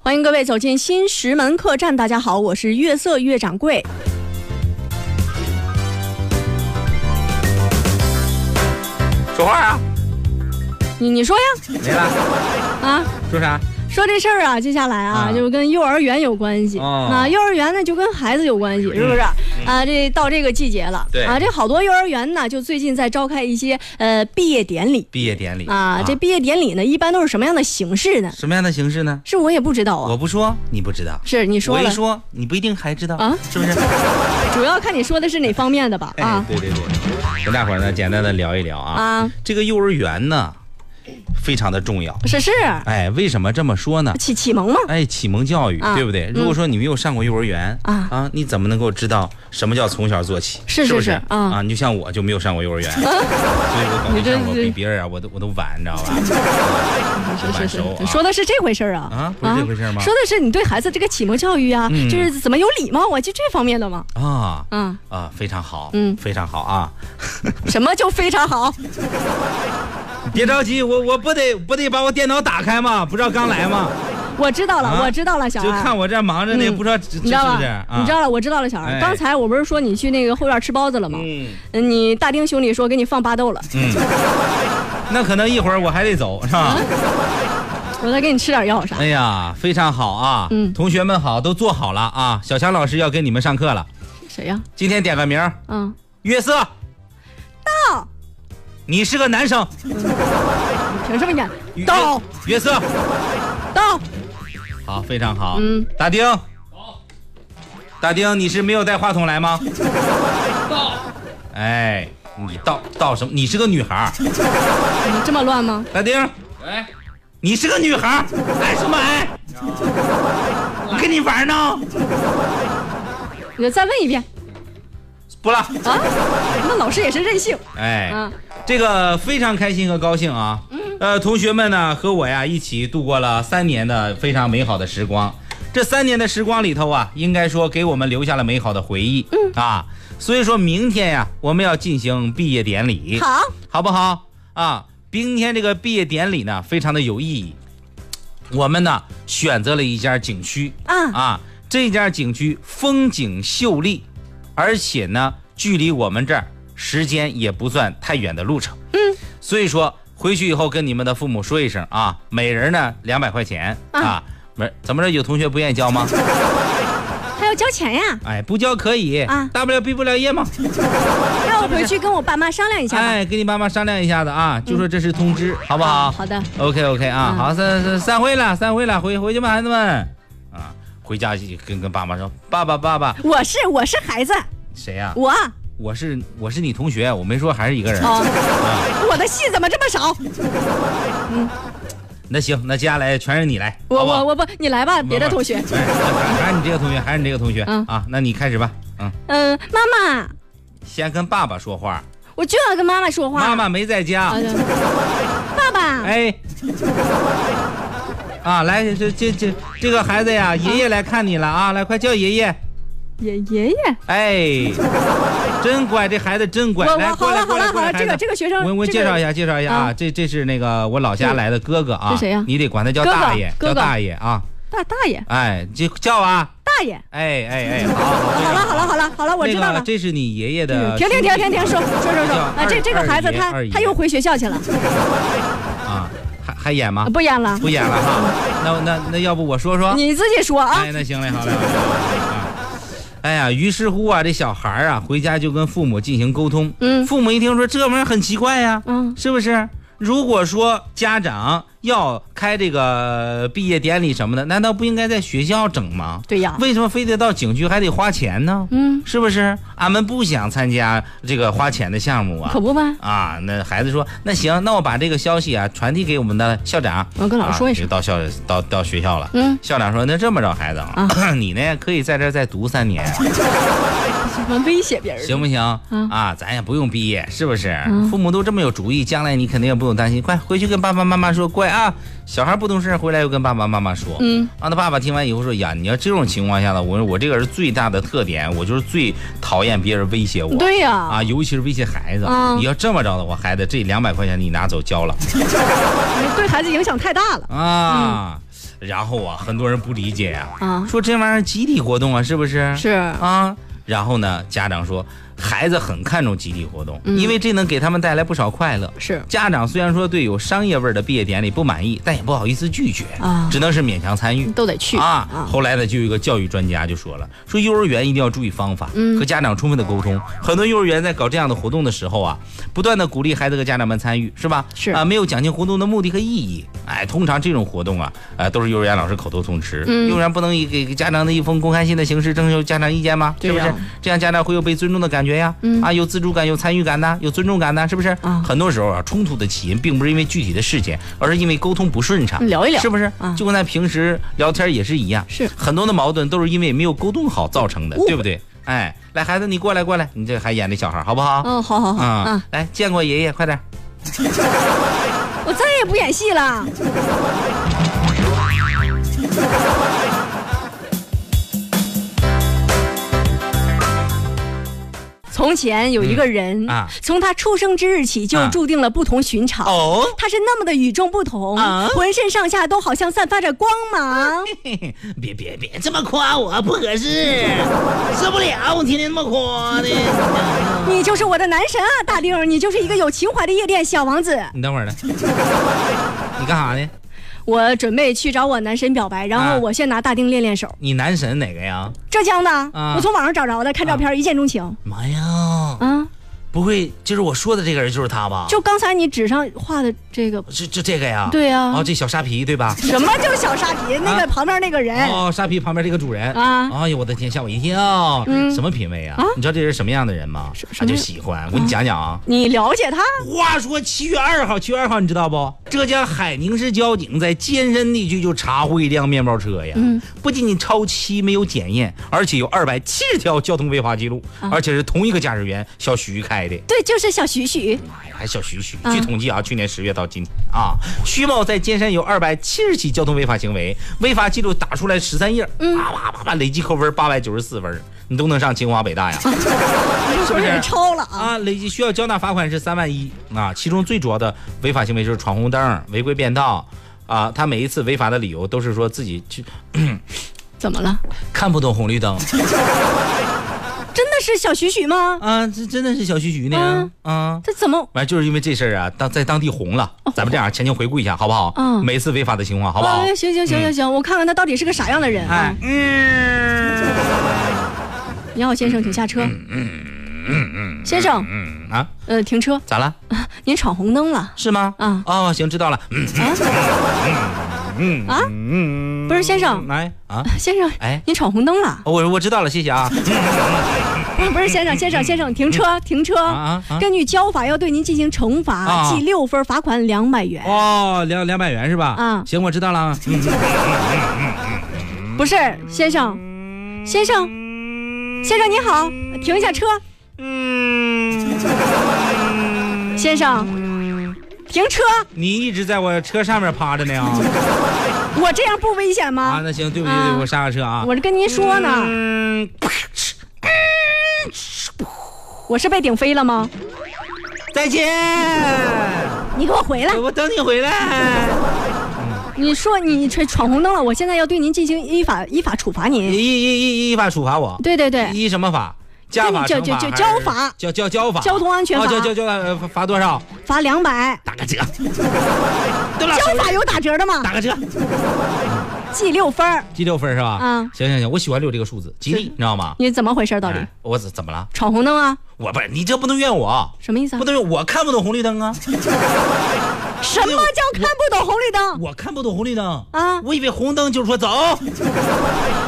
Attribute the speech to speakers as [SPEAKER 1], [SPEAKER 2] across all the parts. [SPEAKER 1] 欢迎各位走进新石门客栈。大家好，我是月色月掌柜。
[SPEAKER 2] 说话啊，
[SPEAKER 1] 你你说呀？
[SPEAKER 2] 没了，
[SPEAKER 1] 啊，
[SPEAKER 2] 说啥？
[SPEAKER 1] 说这事儿啊，接下来啊，
[SPEAKER 2] 啊
[SPEAKER 1] 就是跟幼儿园有关系。
[SPEAKER 2] 哦嗯
[SPEAKER 1] 那幼儿园呢，就跟孩子有关系，是不是？啊，这到这个季节了，
[SPEAKER 2] 对
[SPEAKER 1] 啊，这好多幼儿园呢，就最近在召开一些呃毕业典礼
[SPEAKER 2] 毕业典礼
[SPEAKER 1] 啊。这毕业典礼呢，一般都是什么样的形式呢？
[SPEAKER 2] 什么样的形式呢？
[SPEAKER 1] 是我也不知道啊。
[SPEAKER 2] 我不说，你不知道。
[SPEAKER 1] 是你说
[SPEAKER 2] 我一
[SPEAKER 1] 了，
[SPEAKER 2] 说，你不一定还知道
[SPEAKER 1] 啊
[SPEAKER 2] 是不是？
[SPEAKER 1] 主要看你说的是哪方面的吧？
[SPEAKER 2] 哎
[SPEAKER 1] 啊，
[SPEAKER 2] 对对对，跟大伙儿呢简单的聊一聊啊。
[SPEAKER 1] 啊，
[SPEAKER 2] 这个幼儿园呢，非常的重要。
[SPEAKER 1] 是是
[SPEAKER 2] 哎，为什么这么说呢？
[SPEAKER 1] 启启蒙嘛。
[SPEAKER 2] 哎，启蒙教育，
[SPEAKER 1] 啊
[SPEAKER 2] 对不对？
[SPEAKER 1] 嗯
[SPEAKER 2] 如果说你没有上过幼儿园
[SPEAKER 1] 啊
[SPEAKER 2] 你怎么能够知道什么叫从小做起？
[SPEAKER 1] 是
[SPEAKER 2] 不
[SPEAKER 1] 是是
[SPEAKER 2] 是
[SPEAKER 1] 啊
[SPEAKER 2] 啊？你就像我就没有上过幼 儿园，所以我搞
[SPEAKER 1] 你
[SPEAKER 2] 没
[SPEAKER 1] 这
[SPEAKER 2] 上过，
[SPEAKER 1] 这
[SPEAKER 2] 比别人啊，我都我都晚，你知 道吧？
[SPEAKER 1] 是是
[SPEAKER 2] 晚熟啊
[SPEAKER 1] 是，说的是这回事儿啊
[SPEAKER 2] 啊不是这回事儿吗
[SPEAKER 1] 说的是你对孩子这个启蒙教育啊，
[SPEAKER 2] 嗯
[SPEAKER 1] 就是怎么有礼貌啊，就这方面的 嘛。
[SPEAKER 2] 啊
[SPEAKER 1] 嗯，
[SPEAKER 2] 啊，非常好，
[SPEAKER 1] 嗯
[SPEAKER 2] 非常好啊！
[SPEAKER 1] 什么就非常好，
[SPEAKER 2] 别着急，我我不得不得把我电脑打开嘛，不知道刚来 嘛，
[SPEAKER 1] 我知道了，
[SPEAKER 2] 啊
[SPEAKER 1] 我知道了，小
[SPEAKER 2] 就
[SPEAKER 1] 安。
[SPEAKER 2] 看我这忙着呢，
[SPEAKER 1] 嗯
[SPEAKER 2] 不知道
[SPEAKER 1] 你
[SPEAKER 2] 这这
[SPEAKER 1] 知
[SPEAKER 2] 是
[SPEAKER 1] 道吧？
[SPEAKER 2] 不是啊？
[SPEAKER 1] 你知道了，我知道了，小
[SPEAKER 2] 哎
[SPEAKER 1] 安。刚才我不是说你去那个后院吃包子了吗？
[SPEAKER 2] 嗯
[SPEAKER 1] 嗯，你大丁兄弟说给你放巴豆了，
[SPEAKER 2] 嗯， 那可能一会儿我还得走，是吧？
[SPEAKER 1] 嗯我再给你吃点药啥。
[SPEAKER 2] 哎呀，非常好啊！
[SPEAKER 1] 嗯
[SPEAKER 2] 同学们好，都坐好了啊！小强老师要给你们上课了，
[SPEAKER 1] 谁呀？
[SPEAKER 2] 今天点个名儿，
[SPEAKER 1] 嗯，
[SPEAKER 2] 约瑟。到。你是个男生。嗯
[SPEAKER 1] 凭什么演？
[SPEAKER 2] 约
[SPEAKER 1] 到。
[SPEAKER 2] 约瑟，
[SPEAKER 1] 到，
[SPEAKER 2] 好，非常好。
[SPEAKER 1] 嗯，
[SPEAKER 2] 大丁。大丁，你是没有带话筒来吗？到。哎，你到到什么？你是个女孩儿。
[SPEAKER 1] 嗯这么乱吗？
[SPEAKER 2] 大丁，
[SPEAKER 3] 喂，
[SPEAKER 2] 你是个女孩儿，哎什么哎？我跟你玩呢。
[SPEAKER 1] 你再问一遍
[SPEAKER 2] 不了。
[SPEAKER 1] 啊！那老师也是任性
[SPEAKER 2] 哎。
[SPEAKER 1] 啊。
[SPEAKER 2] 这个非常开心和高兴啊！呃，同学们呢和我呀一起度过了三年的非常美好的时光。这三年的时光里头啊，应该说给我们留下了美好的回忆。啊，所以说明天呀，我们要进行毕业典礼，
[SPEAKER 1] 好，
[SPEAKER 2] 好不好？啊，明天这个毕业典礼呢，非常的有意义。我们呢选择了一家景区
[SPEAKER 1] 啊
[SPEAKER 2] 啊，这家景区风景秀丽，而且呢，距离我们这儿时间也不算太远的路程。嗯，所以说回去以后跟你们的父母说一声啊，每人呢两百块钱
[SPEAKER 1] 啊
[SPEAKER 2] 啊。不是，怎么着？有同学不愿意交吗？
[SPEAKER 1] 还要交钱呀。
[SPEAKER 2] 哎，不交可以
[SPEAKER 1] 啊
[SPEAKER 2] 大不了毕不了业嘛。
[SPEAKER 1] 那我回去跟我爸妈商量一下吧。嗯
[SPEAKER 2] 哎，跟你妈妈商量一下子啊，就说这是通知，好不好？
[SPEAKER 1] 好的，
[SPEAKER 2] OK OK 啊，
[SPEAKER 1] 嗯
[SPEAKER 2] 好，散散散会了，散会了，回回去吧，孩子们。啊，回家去跟跟爸妈说，爸爸爸爸，
[SPEAKER 1] 我是我是孩子，
[SPEAKER 2] 谁呀、
[SPEAKER 1] 我
[SPEAKER 2] 我是我是你同学，我没说还是啊一个人。
[SPEAKER 1] 哦，我的戏怎么这么少？
[SPEAKER 2] 那行，那接下来全是你来，
[SPEAKER 1] 我
[SPEAKER 2] 好不好
[SPEAKER 1] 我我不，你来吧，别的同学
[SPEAKER 2] 哎。还是你这个同学，还是你这个同学、
[SPEAKER 1] 嗯
[SPEAKER 2] 啊？那你开始吧，嗯，
[SPEAKER 1] 嗯，妈妈，
[SPEAKER 2] 先跟爸爸说话，
[SPEAKER 1] 我就要跟妈妈说话。啊
[SPEAKER 2] 妈妈没在家
[SPEAKER 1] 好，的。爸爸，
[SPEAKER 2] 哎，啊，来，这这这这个孩子呀，爷爷来看你了啊，来，快叫爷爷。
[SPEAKER 1] 爷爷爷，
[SPEAKER 2] 哎，真乖，这孩子真
[SPEAKER 1] 我
[SPEAKER 2] 乖。来，
[SPEAKER 1] 我
[SPEAKER 2] 过
[SPEAKER 1] 好
[SPEAKER 2] 来，
[SPEAKER 1] 了好
[SPEAKER 2] 过来，
[SPEAKER 1] 了
[SPEAKER 2] 过
[SPEAKER 1] 好了，
[SPEAKER 2] 来，孩
[SPEAKER 1] 这
[SPEAKER 2] 子
[SPEAKER 1] 个这个学生，
[SPEAKER 2] 我我
[SPEAKER 1] 这个
[SPEAKER 2] 介绍一下，介绍一下啊，
[SPEAKER 1] 啊
[SPEAKER 2] 这这是那个我老家
[SPEAKER 1] 是
[SPEAKER 2] 来的哥哥啊，
[SPEAKER 1] 是谁呀
[SPEAKER 2] 你得管他叫
[SPEAKER 1] 哥哥
[SPEAKER 2] 大爷，
[SPEAKER 1] 哥
[SPEAKER 2] 叫
[SPEAKER 1] 哥
[SPEAKER 2] 大爷啊，
[SPEAKER 1] 大大爷
[SPEAKER 2] 哎，就叫啊，
[SPEAKER 1] 大爷。
[SPEAKER 2] 哎哎哎，好好好，
[SPEAKER 1] 好了好了好了好了，我
[SPEAKER 2] 那
[SPEAKER 1] 知
[SPEAKER 2] 个
[SPEAKER 1] 道了。嗯
[SPEAKER 2] 这呃是你爷爷的，
[SPEAKER 1] 停停停停停，说说说说
[SPEAKER 2] 哎
[SPEAKER 1] 啊，这这个孩子他他又回学校去了，
[SPEAKER 2] 啊，还还演吗？
[SPEAKER 1] 不演了，
[SPEAKER 2] 哎不演了哈，那那那要不我说说？
[SPEAKER 1] 啊你自己说啊
[SPEAKER 2] 哎，。那行嘞，好嘞，好嘞。啊哎呀，于是乎啊，这小孩儿啊，回家就跟父母进行沟通。
[SPEAKER 1] 嗯
[SPEAKER 2] 父母一听说这玩意儿很奇怪呀、
[SPEAKER 1] 嗯
[SPEAKER 2] 是不是？如果说家长要开这个毕业典礼什么的，难道不应该在学校整吗？
[SPEAKER 1] 对呀，
[SPEAKER 2] 为什么非得到景区还得花钱呢？
[SPEAKER 1] 嗯，
[SPEAKER 2] 是不是？俺们不想参加这个花钱的项目啊
[SPEAKER 1] 可。不嘛，
[SPEAKER 2] 啊，那孩子说，那行，那我把这个消息啊传递给我们的校长，
[SPEAKER 1] 嗯我跟老师说一
[SPEAKER 2] 啊
[SPEAKER 1] 声
[SPEAKER 2] 就。到校到到学校了。
[SPEAKER 1] 嗯，
[SPEAKER 2] 校长说，那这么着，孩子啊， 你呢可以在这儿再读三年，啊
[SPEAKER 1] 喜欢威胁别人。
[SPEAKER 2] 行不行？
[SPEAKER 1] 嗯
[SPEAKER 2] 啊，咱也不用毕业，是不是？
[SPEAKER 1] 嗯
[SPEAKER 2] 父母都这么有主意，将来你肯定也不用担心。快回去跟爸爸妈妈说，乖啊，小孩不懂事儿回来又跟爸爸妈妈说。
[SPEAKER 1] 嗯，
[SPEAKER 2] 啊，他爸爸听完以后说，呀，你要这种情况下呢，我我这个人最大的特点，我就是最讨厌别人威胁我。
[SPEAKER 1] 对呀、
[SPEAKER 2] 啊，尤其是威胁孩子，
[SPEAKER 1] 嗯
[SPEAKER 2] 你要这么着的话，孩子这两百块钱你拿走交了
[SPEAKER 1] 对孩子影响太大了。
[SPEAKER 2] 啊。然后啊，很多人不理解呀、
[SPEAKER 1] 啊，
[SPEAKER 2] 说这玩意儿集体活动啊，是不是？
[SPEAKER 1] 是
[SPEAKER 2] 啊。然后呢，家长说孩子很看重集体活动，
[SPEAKER 1] 嗯
[SPEAKER 2] 因为这能给他们带来不少快乐。
[SPEAKER 1] 是
[SPEAKER 2] 家长虽然说对有商业味儿的毕业典礼不满意，但也不好意思拒绝，
[SPEAKER 1] 啊
[SPEAKER 2] 只能是勉强参与。
[SPEAKER 1] 都得去嗯
[SPEAKER 2] 啊，后来呢，就有一个教育专家就说了，说幼儿园一定要注意方法，
[SPEAKER 1] 嗯
[SPEAKER 2] 和家长充分的沟通。很多幼儿园在搞这样的活动的时候啊，不断的鼓励孩子和家长们参与，是吧？
[SPEAKER 1] 是
[SPEAKER 2] 啊，没有讲清活动的目的和意义。哎，通常这种活动啊，呃，都是幼儿园老师口头通知，
[SPEAKER 1] 嗯
[SPEAKER 2] 幼儿园不能以给给家长的一封公开信的形式征求家长意见吗？
[SPEAKER 1] 对
[SPEAKER 2] 是不
[SPEAKER 1] 呀
[SPEAKER 2] 是？这样家长会有被尊重的感觉呀，
[SPEAKER 1] 嗯
[SPEAKER 2] 啊，有自主感、有参与感呐，有尊重感呐，是不是？
[SPEAKER 1] 啊
[SPEAKER 2] 很多时候啊，冲突的起因并不是因为具体的事件，而是因为沟通不顺畅。
[SPEAKER 1] 聊一聊
[SPEAKER 2] 是不是
[SPEAKER 1] 啊？
[SPEAKER 2] 就跟咱平时聊天也是一样，
[SPEAKER 1] 是哦
[SPEAKER 2] 很多的矛盾都是因为没有沟通好造成的
[SPEAKER 1] 误，会
[SPEAKER 2] 对不对？哎，来，孩子，你过来，过来，你这还演这小孩，好不好？
[SPEAKER 1] 嗯，好好好
[SPEAKER 2] 嗯
[SPEAKER 1] 啊，，
[SPEAKER 2] 来见过爷爷，快点。
[SPEAKER 1] 我再也不演戏了。从前有一个人、
[SPEAKER 2] 嗯啊
[SPEAKER 1] 从他出生之日起就
[SPEAKER 2] 啊
[SPEAKER 1] 注定了不同寻常。
[SPEAKER 2] 哦，
[SPEAKER 1] 他是那么的与众不同，
[SPEAKER 2] 啊
[SPEAKER 1] 浑身上下都好像散发着光芒。
[SPEAKER 2] 别别别这么夸我不合适，受不了，我天天这么夸的。
[SPEAKER 1] 你就是我的男神啊，大丁儿，你就是一个有情怀的夜店小王子。
[SPEAKER 2] 你等会儿呢？你干啥呢？
[SPEAKER 1] 我准备去找我男神表白，然
[SPEAKER 2] 啊
[SPEAKER 1] 后我先拿大丁练练手。
[SPEAKER 2] 你男神哪个呀？
[SPEAKER 1] 浙江的，
[SPEAKER 2] 啊
[SPEAKER 1] 我从网上找着的，看照片一见钟情。
[SPEAKER 2] 妈呀，
[SPEAKER 1] 啊，
[SPEAKER 2] 不会就是我说的这个人就是他吧？
[SPEAKER 1] 就刚才你纸上画的这个，
[SPEAKER 2] 就就这个呀？
[SPEAKER 1] 对啊呀
[SPEAKER 2] 哦，这小沙皮对吧？
[SPEAKER 1] 什么叫小沙皮？那个旁边那个人，
[SPEAKER 2] 哦，沙皮旁边这个主人
[SPEAKER 1] 哎啊
[SPEAKER 2] 哎呦我的天，吓我一跳！
[SPEAKER 1] 嗯
[SPEAKER 2] 什么品味啊
[SPEAKER 1] 啊？
[SPEAKER 2] 你知道这人什么样的人吗
[SPEAKER 1] 什？
[SPEAKER 2] 他
[SPEAKER 1] 什么
[SPEAKER 2] 就
[SPEAKER 1] 样
[SPEAKER 2] 喜欢。我给你讲讲啊。
[SPEAKER 1] 你了解他？
[SPEAKER 2] 话说七月二号，七月二号你知道
[SPEAKER 1] 嗯
[SPEAKER 2] 不？浙江海宁市交警在尖山地区就查获一辆面包车呀，
[SPEAKER 1] 嗯
[SPEAKER 2] 不仅仅超期没有检验，而且有二百七十条交通违法记录，
[SPEAKER 1] 啊
[SPEAKER 2] 而且是同一个驾驶员小徐开的。
[SPEAKER 1] 对，就是小徐徐。
[SPEAKER 2] 哎呀，还小徐徐。
[SPEAKER 1] 啊
[SPEAKER 2] 据统计啊，去年十月到今天啊，徐某在尖山有二百七十起交通违法行为，违法记录打出来十三页，啪啪啪啪，累计扣分八百九十四分，你都能上清华北大呀？
[SPEAKER 1] 是
[SPEAKER 2] 不是
[SPEAKER 1] 也超了啊？
[SPEAKER 2] 啊，累计需要交纳罚款是三万一啊，其中最主要的违法行为就是闯红灯、违规变道。啊，他每一次违法的理由都是说自己去
[SPEAKER 1] 怎么了？
[SPEAKER 2] 看不懂红绿灯
[SPEAKER 1] 真的是小徐徐吗？
[SPEAKER 2] 啊，这真的是小徐徐呢啊。哦
[SPEAKER 1] 这怎么？
[SPEAKER 2] 完就是因为这事儿啊，当在当地红了，咱们这样前情回顾一下，好不好？
[SPEAKER 1] 嗯
[SPEAKER 2] 每一次违法的情况，好不好？
[SPEAKER 1] 哎，行行行行行，我看看他到底是个啥样的人啊
[SPEAKER 2] 嗯哎！，嗯，
[SPEAKER 1] 你好，先生，请下车。先生，
[SPEAKER 2] 嗯啊，
[SPEAKER 1] 呃，停车，啊
[SPEAKER 2] 咋了？
[SPEAKER 1] 您闯红灯了
[SPEAKER 2] 是吗？
[SPEAKER 1] 啊
[SPEAKER 2] 哦，行，知道了。嗯
[SPEAKER 1] 啊
[SPEAKER 2] 嗯
[SPEAKER 1] 啊！
[SPEAKER 2] 嗯
[SPEAKER 1] 不是先生
[SPEAKER 2] 来啊，
[SPEAKER 1] 先生，
[SPEAKER 2] 哎
[SPEAKER 1] 您闯红灯了。
[SPEAKER 2] 我我知道了，谢谢 啊。
[SPEAKER 1] 不是不是，先生
[SPEAKER 2] 嗯
[SPEAKER 1] 先生先生，停车停车
[SPEAKER 2] 啊啊啊！
[SPEAKER 1] 根据交法要对您进行惩罚，
[SPEAKER 2] 啊
[SPEAKER 1] 记六分，罚款两百元。
[SPEAKER 2] 哦，两两百元是吧？
[SPEAKER 1] 嗯
[SPEAKER 2] 行，我知道了啊。嗯
[SPEAKER 1] 不是，先生，先生，先生您好，停一下车，先生，停车，
[SPEAKER 2] 你一直在我车上面趴 着呢啊！
[SPEAKER 1] 我这样不危险
[SPEAKER 2] 啊，
[SPEAKER 1] 吗？
[SPEAKER 2] 那行，对不起，对不起，我刹个车啊。
[SPEAKER 1] 嗯我是跟您说呢，
[SPEAKER 2] 嗯，
[SPEAKER 1] 我是被顶飞了吗？
[SPEAKER 2] 再见，
[SPEAKER 1] 你给我回来！
[SPEAKER 2] 我等你回来。
[SPEAKER 1] 你说你闯闯红灯了，我现在要对您进行依法依法处罚
[SPEAKER 2] 依
[SPEAKER 1] 您。
[SPEAKER 2] 依依依法处罚我。
[SPEAKER 1] 对对对，
[SPEAKER 2] 依什么法？家法、
[SPEAKER 1] 就
[SPEAKER 2] 惩
[SPEAKER 1] 就
[SPEAKER 2] 罚
[SPEAKER 1] 就
[SPEAKER 2] 还
[SPEAKER 1] 交
[SPEAKER 2] 是
[SPEAKER 1] 法
[SPEAKER 2] 交交交法，
[SPEAKER 1] 交通安全
[SPEAKER 2] 哦
[SPEAKER 1] 法
[SPEAKER 2] 交交交呃罚罚多少？
[SPEAKER 1] 罚两百。
[SPEAKER 2] 打个折。对 了，
[SPEAKER 1] 交法有打折的吗？
[SPEAKER 2] 打个折，
[SPEAKER 1] 记六分儿。
[SPEAKER 2] 记六分是吧？
[SPEAKER 1] 嗯
[SPEAKER 2] 行行行，我喜欢六这个数字，吉利，
[SPEAKER 1] 是
[SPEAKER 2] 你知道吗？
[SPEAKER 1] 你怎么回事？到底
[SPEAKER 2] 哎我怎怎么了？
[SPEAKER 1] 闯红灯啊？
[SPEAKER 2] 我不是你这不能怨我，
[SPEAKER 1] 什么意思啊
[SPEAKER 2] 不？能怨我看不懂红 绿灯啊，
[SPEAKER 1] 什么叫看不懂红绿灯？
[SPEAKER 2] 我看不懂红绿灯
[SPEAKER 1] 啊
[SPEAKER 2] 我以为红灯就是说走，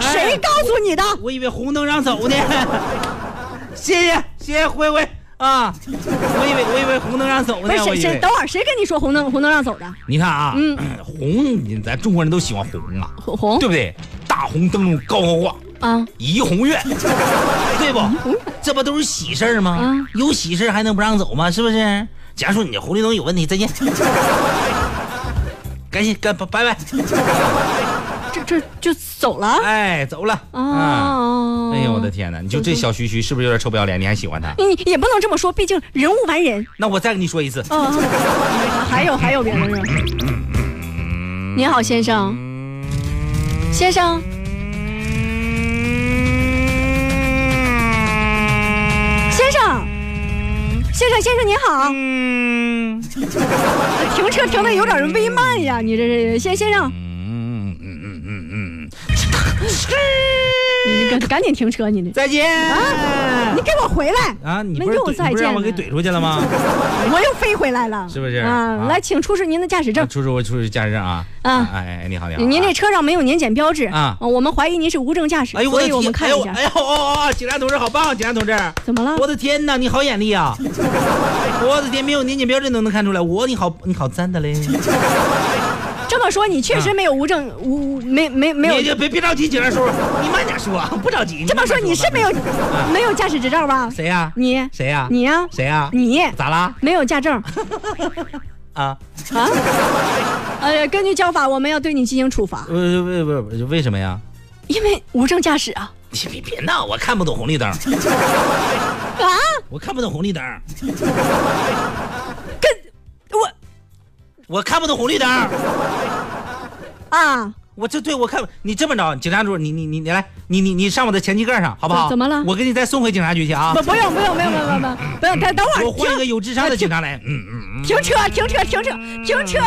[SPEAKER 1] 谁告诉你的？
[SPEAKER 2] 我以为红灯让走呢。 谢谢谢谢灰灰啊，我以为我以为红灯让走
[SPEAKER 1] 不
[SPEAKER 2] 呢
[SPEAKER 1] 是，
[SPEAKER 2] 我
[SPEAKER 1] 谁
[SPEAKER 2] 以
[SPEAKER 1] 谁？
[SPEAKER 2] 为。
[SPEAKER 1] 等会儿谁跟你说红灯红灯让走的？
[SPEAKER 2] 你看啊，
[SPEAKER 1] 嗯
[SPEAKER 2] 红，你咱中国人都喜欢红啊，
[SPEAKER 1] 红红
[SPEAKER 2] 对不对？大红灯笼高高挂，
[SPEAKER 1] 啊，
[SPEAKER 2] 怡红院，对不？这不都是喜事儿吗？
[SPEAKER 1] 嗯
[SPEAKER 2] 有喜事儿还能不让走吗？是不是？假如说你这红绿灯有问题，再见，赶紧干拜拜拜，
[SPEAKER 1] 这这就走了
[SPEAKER 2] 哎，走了啊！
[SPEAKER 1] 啊！
[SPEAKER 2] 哎呦我的！天哪！你就这小徐徐是不是有点臭不要脸？你还喜欢他？
[SPEAKER 1] 你也不能这么说，毕竟人无完人。
[SPEAKER 2] 那我再跟你说 一次，
[SPEAKER 1] 啊，还有还有别的事儿。您好，先生，先生，先生，先生，先生您好。
[SPEAKER 2] 嗯
[SPEAKER 1] 停车停的有点微慢呀，你这是先先生，
[SPEAKER 2] 嗯嗯嗯嗯嗯，
[SPEAKER 1] 你赶赶紧停车，你这
[SPEAKER 2] 再见
[SPEAKER 1] 啊，你给我回来
[SPEAKER 2] 啊！你
[SPEAKER 1] 那
[SPEAKER 2] 不是
[SPEAKER 1] 又
[SPEAKER 2] 怼
[SPEAKER 1] 再
[SPEAKER 2] 不是让
[SPEAKER 1] 见
[SPEAKER 2] 我给
[SPEAKER 1] 了
[SPEAKER 2] 怼出去了吗？
[SPEAKER 1] 我又飞回来了，
[SPEAKER 2] 是不是
[SPEAKER 1] 啊
[SPEAKER 2] 啊，
[SPEAKER 1] 来，请出示您的驾驶
[SPEAKER 2] 啊
[SPEAKER 1] 证。
[SPEAKER 2] 出示我出示驾驶证啊！
[SPEAKER 1] 啊
[SPEAKER 2] 哎哎哎，你好你好，
[SPEAKER 1] 您这
[SPEAKER 2] 啊
[SPEAKER 1] 车上没有年检标志
[SPEAKER 2] 啊
[SPEAKER 1] 我们怀疑您是无证驾驶，
[SPEAKER 2] 哎呦我
[SPEAKER 1] 所
[SPEAKER 2] 的
[SPEAKER 1] 以我们
[SPEAKER 2] 天，
[SPEAKER 1] 看
[SPEAKER 2] 哎呦
[SPEAKER 1] 一下
[SPEAKER 2] 哎，呦哦哦，哦警察同志好棒，警察同志，
[SPEAKER 1] 怎么了？
[SPEAKER 2] 我的天哪，你好眼力啊！我的天，没有年检标志都能看出来，我你好你好赞的嘞！
[SPEAKER 1] 这么说你确实没有无证无无没没没
[SPEAKER 2] 啊你
[SPEAKER 1] 有？
[SPEAKER 2] 就别别着急，警察叔叔，你慢点说，啊不着急。
[SPEAKER 1] 这么说
[SPEAKER 2] 慢点
[SPEAKER 1] 你是没有没有驾驶执照吧？
[SPEAKER 2] 谁呀？
[SPEAKER 1] 你
[SPEAKER 2] 谁呀？
[SPEAKER 1] 你呀
[SPEAKER 2] 谁呀？
[SPEAKER 1] 你
[SPEAKER 2] 啊咋啦？
[SPEAKER 1] 没有驾证
[SPEAKER 2] 啊？
[SPEAKER 1] 啊？呃，根据交法，我们要对你进行处罚，
[SPEAKER 2] 为为为呃为什么呀？
[SPEAKER 1] 因为无证驾驶啊
[SPEAKER 2] 你别别闹，我看不懂红绿灯，
[SPEAKER 1] 啊！
[SPEAKER 2] 我看不懂红绿灯，
[SPEAKER 1] 跟我
[SPEAKER 2] 我看不懂红绿灯，
[SPEAKER 1] 啊，
[SPEAKER 2] 我这对我看不你这么着，警察叔，你你你你来，你你你上我的前机盖上，好不好？
[SPEAKER 1] 怎怎么了
[SPEAKER 2] 我给你再送回警察局去啊
[SPEAKER 1] 不！不用不用不用不用不用不用，等等会
[SPEAKER 2] 我
[SPEAKER 1] 儿
[SPEAKER 2] 换一个
[SPEAKER 1] 停
[SPEAKER 2] 有智商的警察来，嗯嗯嗯。
[SPEAKER 1] 停车停车停车停车，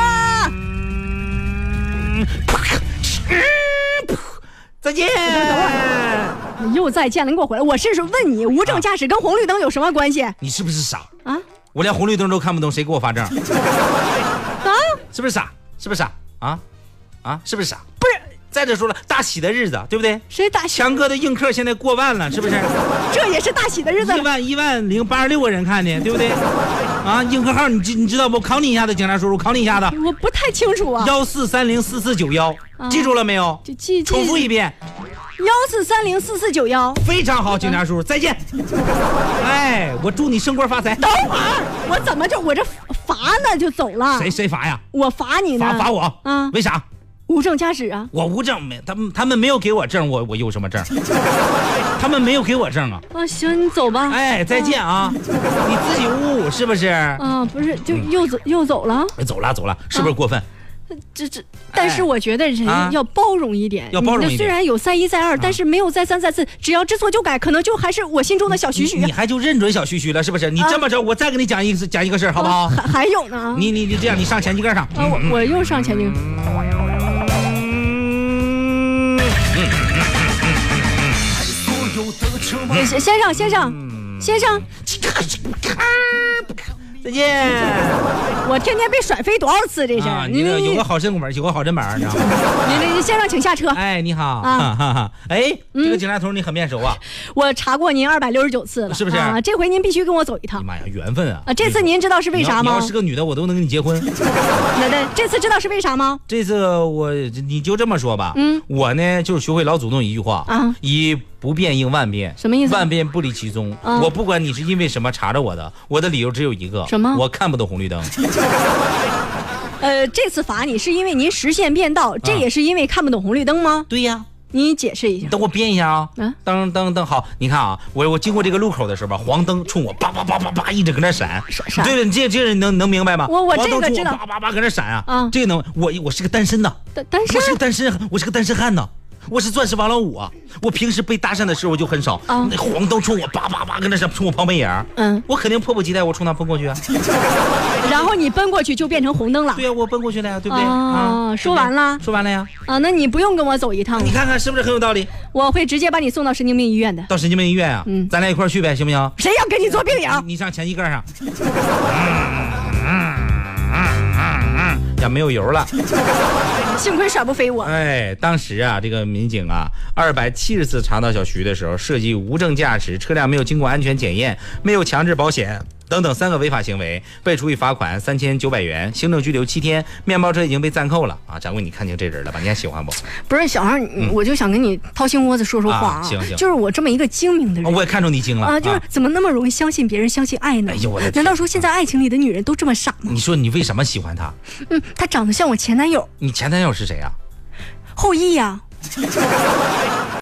[SPEAKER 2] 再见。
[SPEAKER 1] 你又再见了，你给我回来！我是说问你，无证驾驶跟红绿灯有什么关系啊？
[SPEAKER 2] 你是不是傻？
[SPEAKER 1] 啊
[SPEAKER 2] 我连红绿灯都看不懂，谁给我发证？是不是傻？是不是傻？啊啊，是不是傻？
[SPEAKER 1] 不是
[SPEAKER 2] 再者说了，大喜的日子，对不对？
[SPEAKER 1] 谁大喜？
[SPEAKER 2] 强哥的映客现在过万了，是不是？
[SPEAKER 1] 这也是大喜的日子
[SPEAKER 2] 一万一万零八十六个人看的，对不对？啊，映客号你知你知道不？我考你一下子，警察叔叔，考你一下子，
[SPEAKER 1] 我不太清楚啊。
[SPEAKER 2] 幺四三零四四九幺，记住了没有？
[SPEAKER 1] 就啊记
[SPEAKER 2] 重复一遍，
[SPEAKER 1] 幺四三零四四九幺。
[SPEAKER 2] 非常好，警察叔叔，再见。哎，我祝你升官发财。
[SPEAKER 1] 等会儿，我怎么就我这罚呢就走了？
[SPEAKER 2] 谁？谁罚呀？
[SPEAKER 1] 我罚你呢？
[SPEAKER 2] 罚罚我
[SPEAKER 1] 啊
[SPEAKER 2] 为啥？
[SPEAKER 1] 无证驾驶啊！
[SPEAKER 2] 我无证没，他们他们没有给我证，我我有什么证？ 他们没有给我证啊！
[SPEAKER 1] 啊，行，你走吧。
[SPEAKER 2] 哎，再见啊！你自己捂是不是？
[SPEAKER 1] 啊，不是，就又走又走了。
[SPEAKER 2] 哎走了走了，是不是过
[SPEAKER 1] 嗯
[SPEAKER 2] 分？
[SPEAKER 1] 这这，但是我觉得人
[SPEAKER 2] 啊
[SPEAKER 1] 要包容一点，
[SPEAKER 2] 要包容一点嗯
[SPEAKER 1] 你虽然有再一再二，但是没有再三再四，只要知错就改，可能就还是我心中的小啊徐徐嗯
[SPEAKER 2] 你。你还就认准小徐徐了是不是？你这么着，我再给你讲一次讲一个事儿好不
[SPEAKER 1] 啊
[SPEAKER 2] 好？
[SPEAKER 1] 还还有呢？
[SPEAKER 2] 你嗯你你这样，你上前机盖上，
[SPEAKER 1] 啊，我我又上前去。嗯先先生，先生，先
[SPEAKER 2] 嗯
[SPEAKER 1] 生，
[SPEAKER 2] 再见。
[SPEAKER 1] 我天天被甩飞多少次这是？
[SPEAKER 2] 嗯啊，你这有个好身板，有个好身板，你知道吗？
[SPEAKER 1] 你你先生，请下车。
[SPEAKER 2] 哎，你好，
[SPEAKER 1] 嗯啊嗯
[SPEAKER 2] 哈哈哈。哎，这个警察同志你很面熟 啊！
[SPEAKER 1] 我查过您二百六十九次了，
[SPEAKER 2] 是不是
[SPEAKER 1] 啊，这回您必须跟我走一
[SPEAKER 2] 哎呀
[SPEAKER 1] 趟
[SPEAKER 2] 妈呀，缘分啊！
[SPEAKER 1] 啊！这次您知道是为
[SPEAKER 2] 你要
[SPEAKER 1] 啥
[SPEAKER 2] 你
[SPEAKER 1] 吗
[SPEAKER 2] 要？是个女的，我都能跟你结 婚。
[SPEAKER 1] 那那这次知道是为啥吗？
[SPEAKER 2] 这次我你就这么说吧，
[SPEAKER 1] 嗯，
[SPEAKER 2] 我呢就是学会老祖宗一句话
[SPEAKER 1] 啊
[SPEAKER 2] 以不变应万变，
[SPEAKER 1] 什么意思
[SPEAKER 2] 万变不离其宗。
[SPEAKER 1] 啊
[SPEAKER 2] 我不管你是因为什么查着我的，我的理由只有一个，
[SPEAKER 1] 什么
[SPEAKER 2] 我看不懂红绿灯。
[SPEAKER 1] 呃，这次罚你是因为您实线变
[SPEAKER 2] 啊
[SPEAKER 1] 道，这也是因为看不懂红绿灯吗？
[SPEAKER 2] 对呀，
[SPEAKER 1] 您解释一下
[SPEAKER 2] 你。等我编一下啊
[SPEAKER 1] 嗯。
[SPEAKER 2] 当当当，好，你看啊，我我经过这个路口的时候吧，黄灯冲我叭叭叭叭叭一直搁那闪，
[SPEAKER 1] 闪
[SPEAKER 2] 对了，你这这个能能明白吗？
[SPEAKER 1] 我我这个
[SPEAKER 2] 黄灯冲
[SPEAKER 1] 知道
[SPEAKER 2] 叭叭叭搁那闪啊
[SPEAKER 1] 啊，
[SPEAKER 2] 这个能，我我是个 单身呐。
[SPEAKER 1] 但但是
[SPEAKER 2] 我是个单身，我是个单身汉呐，我是钻石王老五啊！我平时被搭讪的时候就很少，
[SPEAKER 1] 啊
[SPEAKER 2] 那黄灯冲我叭叭叭，跟那是冲我旁边眼儿
[SPEAKER 1] 嗯，
[SPEAKER 2] 我肯定迫不及待，我冲他奔过去啊！
[SPEAKER 1] 然后你奔过去就变成红灯了
[SPEAKER 2] 对呀、我奔过去了呀，对不对？嗯
[SPEAKER 1] 哦
[SPEAKER 2] 啊，
[SPEAKER 1] 说完了
[SPEAKER 2] 说完了呀，
[SPEAKER 1] 啊！那你不用跟我走一趟
[SPEAKER 2] 你，看看是不是很有道理？
[SPEAKER 1] 我会直接把你送到神经病医院的。
[SPEAKER 2] 到神经病医院啊，
[SPEAKER 1] 嗯
[SPEAKER 2] 咱俩一块儿去呗，行不行？
[SPEAKER 1] 谁要跟你做病友？
[SPEAKER 2] 你上前机盖上。嗯呀，没有油了。嗯
[SPEAKER 1] 幸亏甩不飞我。
[SPEAKER 2] 哎，当时啊，这个民警啊，二百七十次查到小徐的时候，涉及无证驾驶、车辆没有经过安全检验、没有强制保险等等三个违法行为，被处以罚款三千九百元、行政拘留七天。面包车已经被暂扣了啊！掌柜，你看清这人了吧？你还喜欢不？
[SPEAKER 1] 不是小孩，我就想跟你掏心窝子说说话
[SPEAKER 2] 嗯啊行行
[SPEAKER 1] 就是我这么一个精明的人
[SPEAKER 2] 啊。我也看出你精了
[SPEAKER 1] 啊，就是怎么那么容易相信别人、相信爱呢？
[SPEAKER 2] 哎呦我的天
[SPEAKER 1] 难道说现在爱情里的女人都这么傻吗？
[SPEAKER 2] 你说你为什么喜欢他？
[SPEAKER 1] 嗯，她长得像我前男友
[SPEAKER 2] 你前男友是谁啊？
[SPEAKER 1] 后羿呀、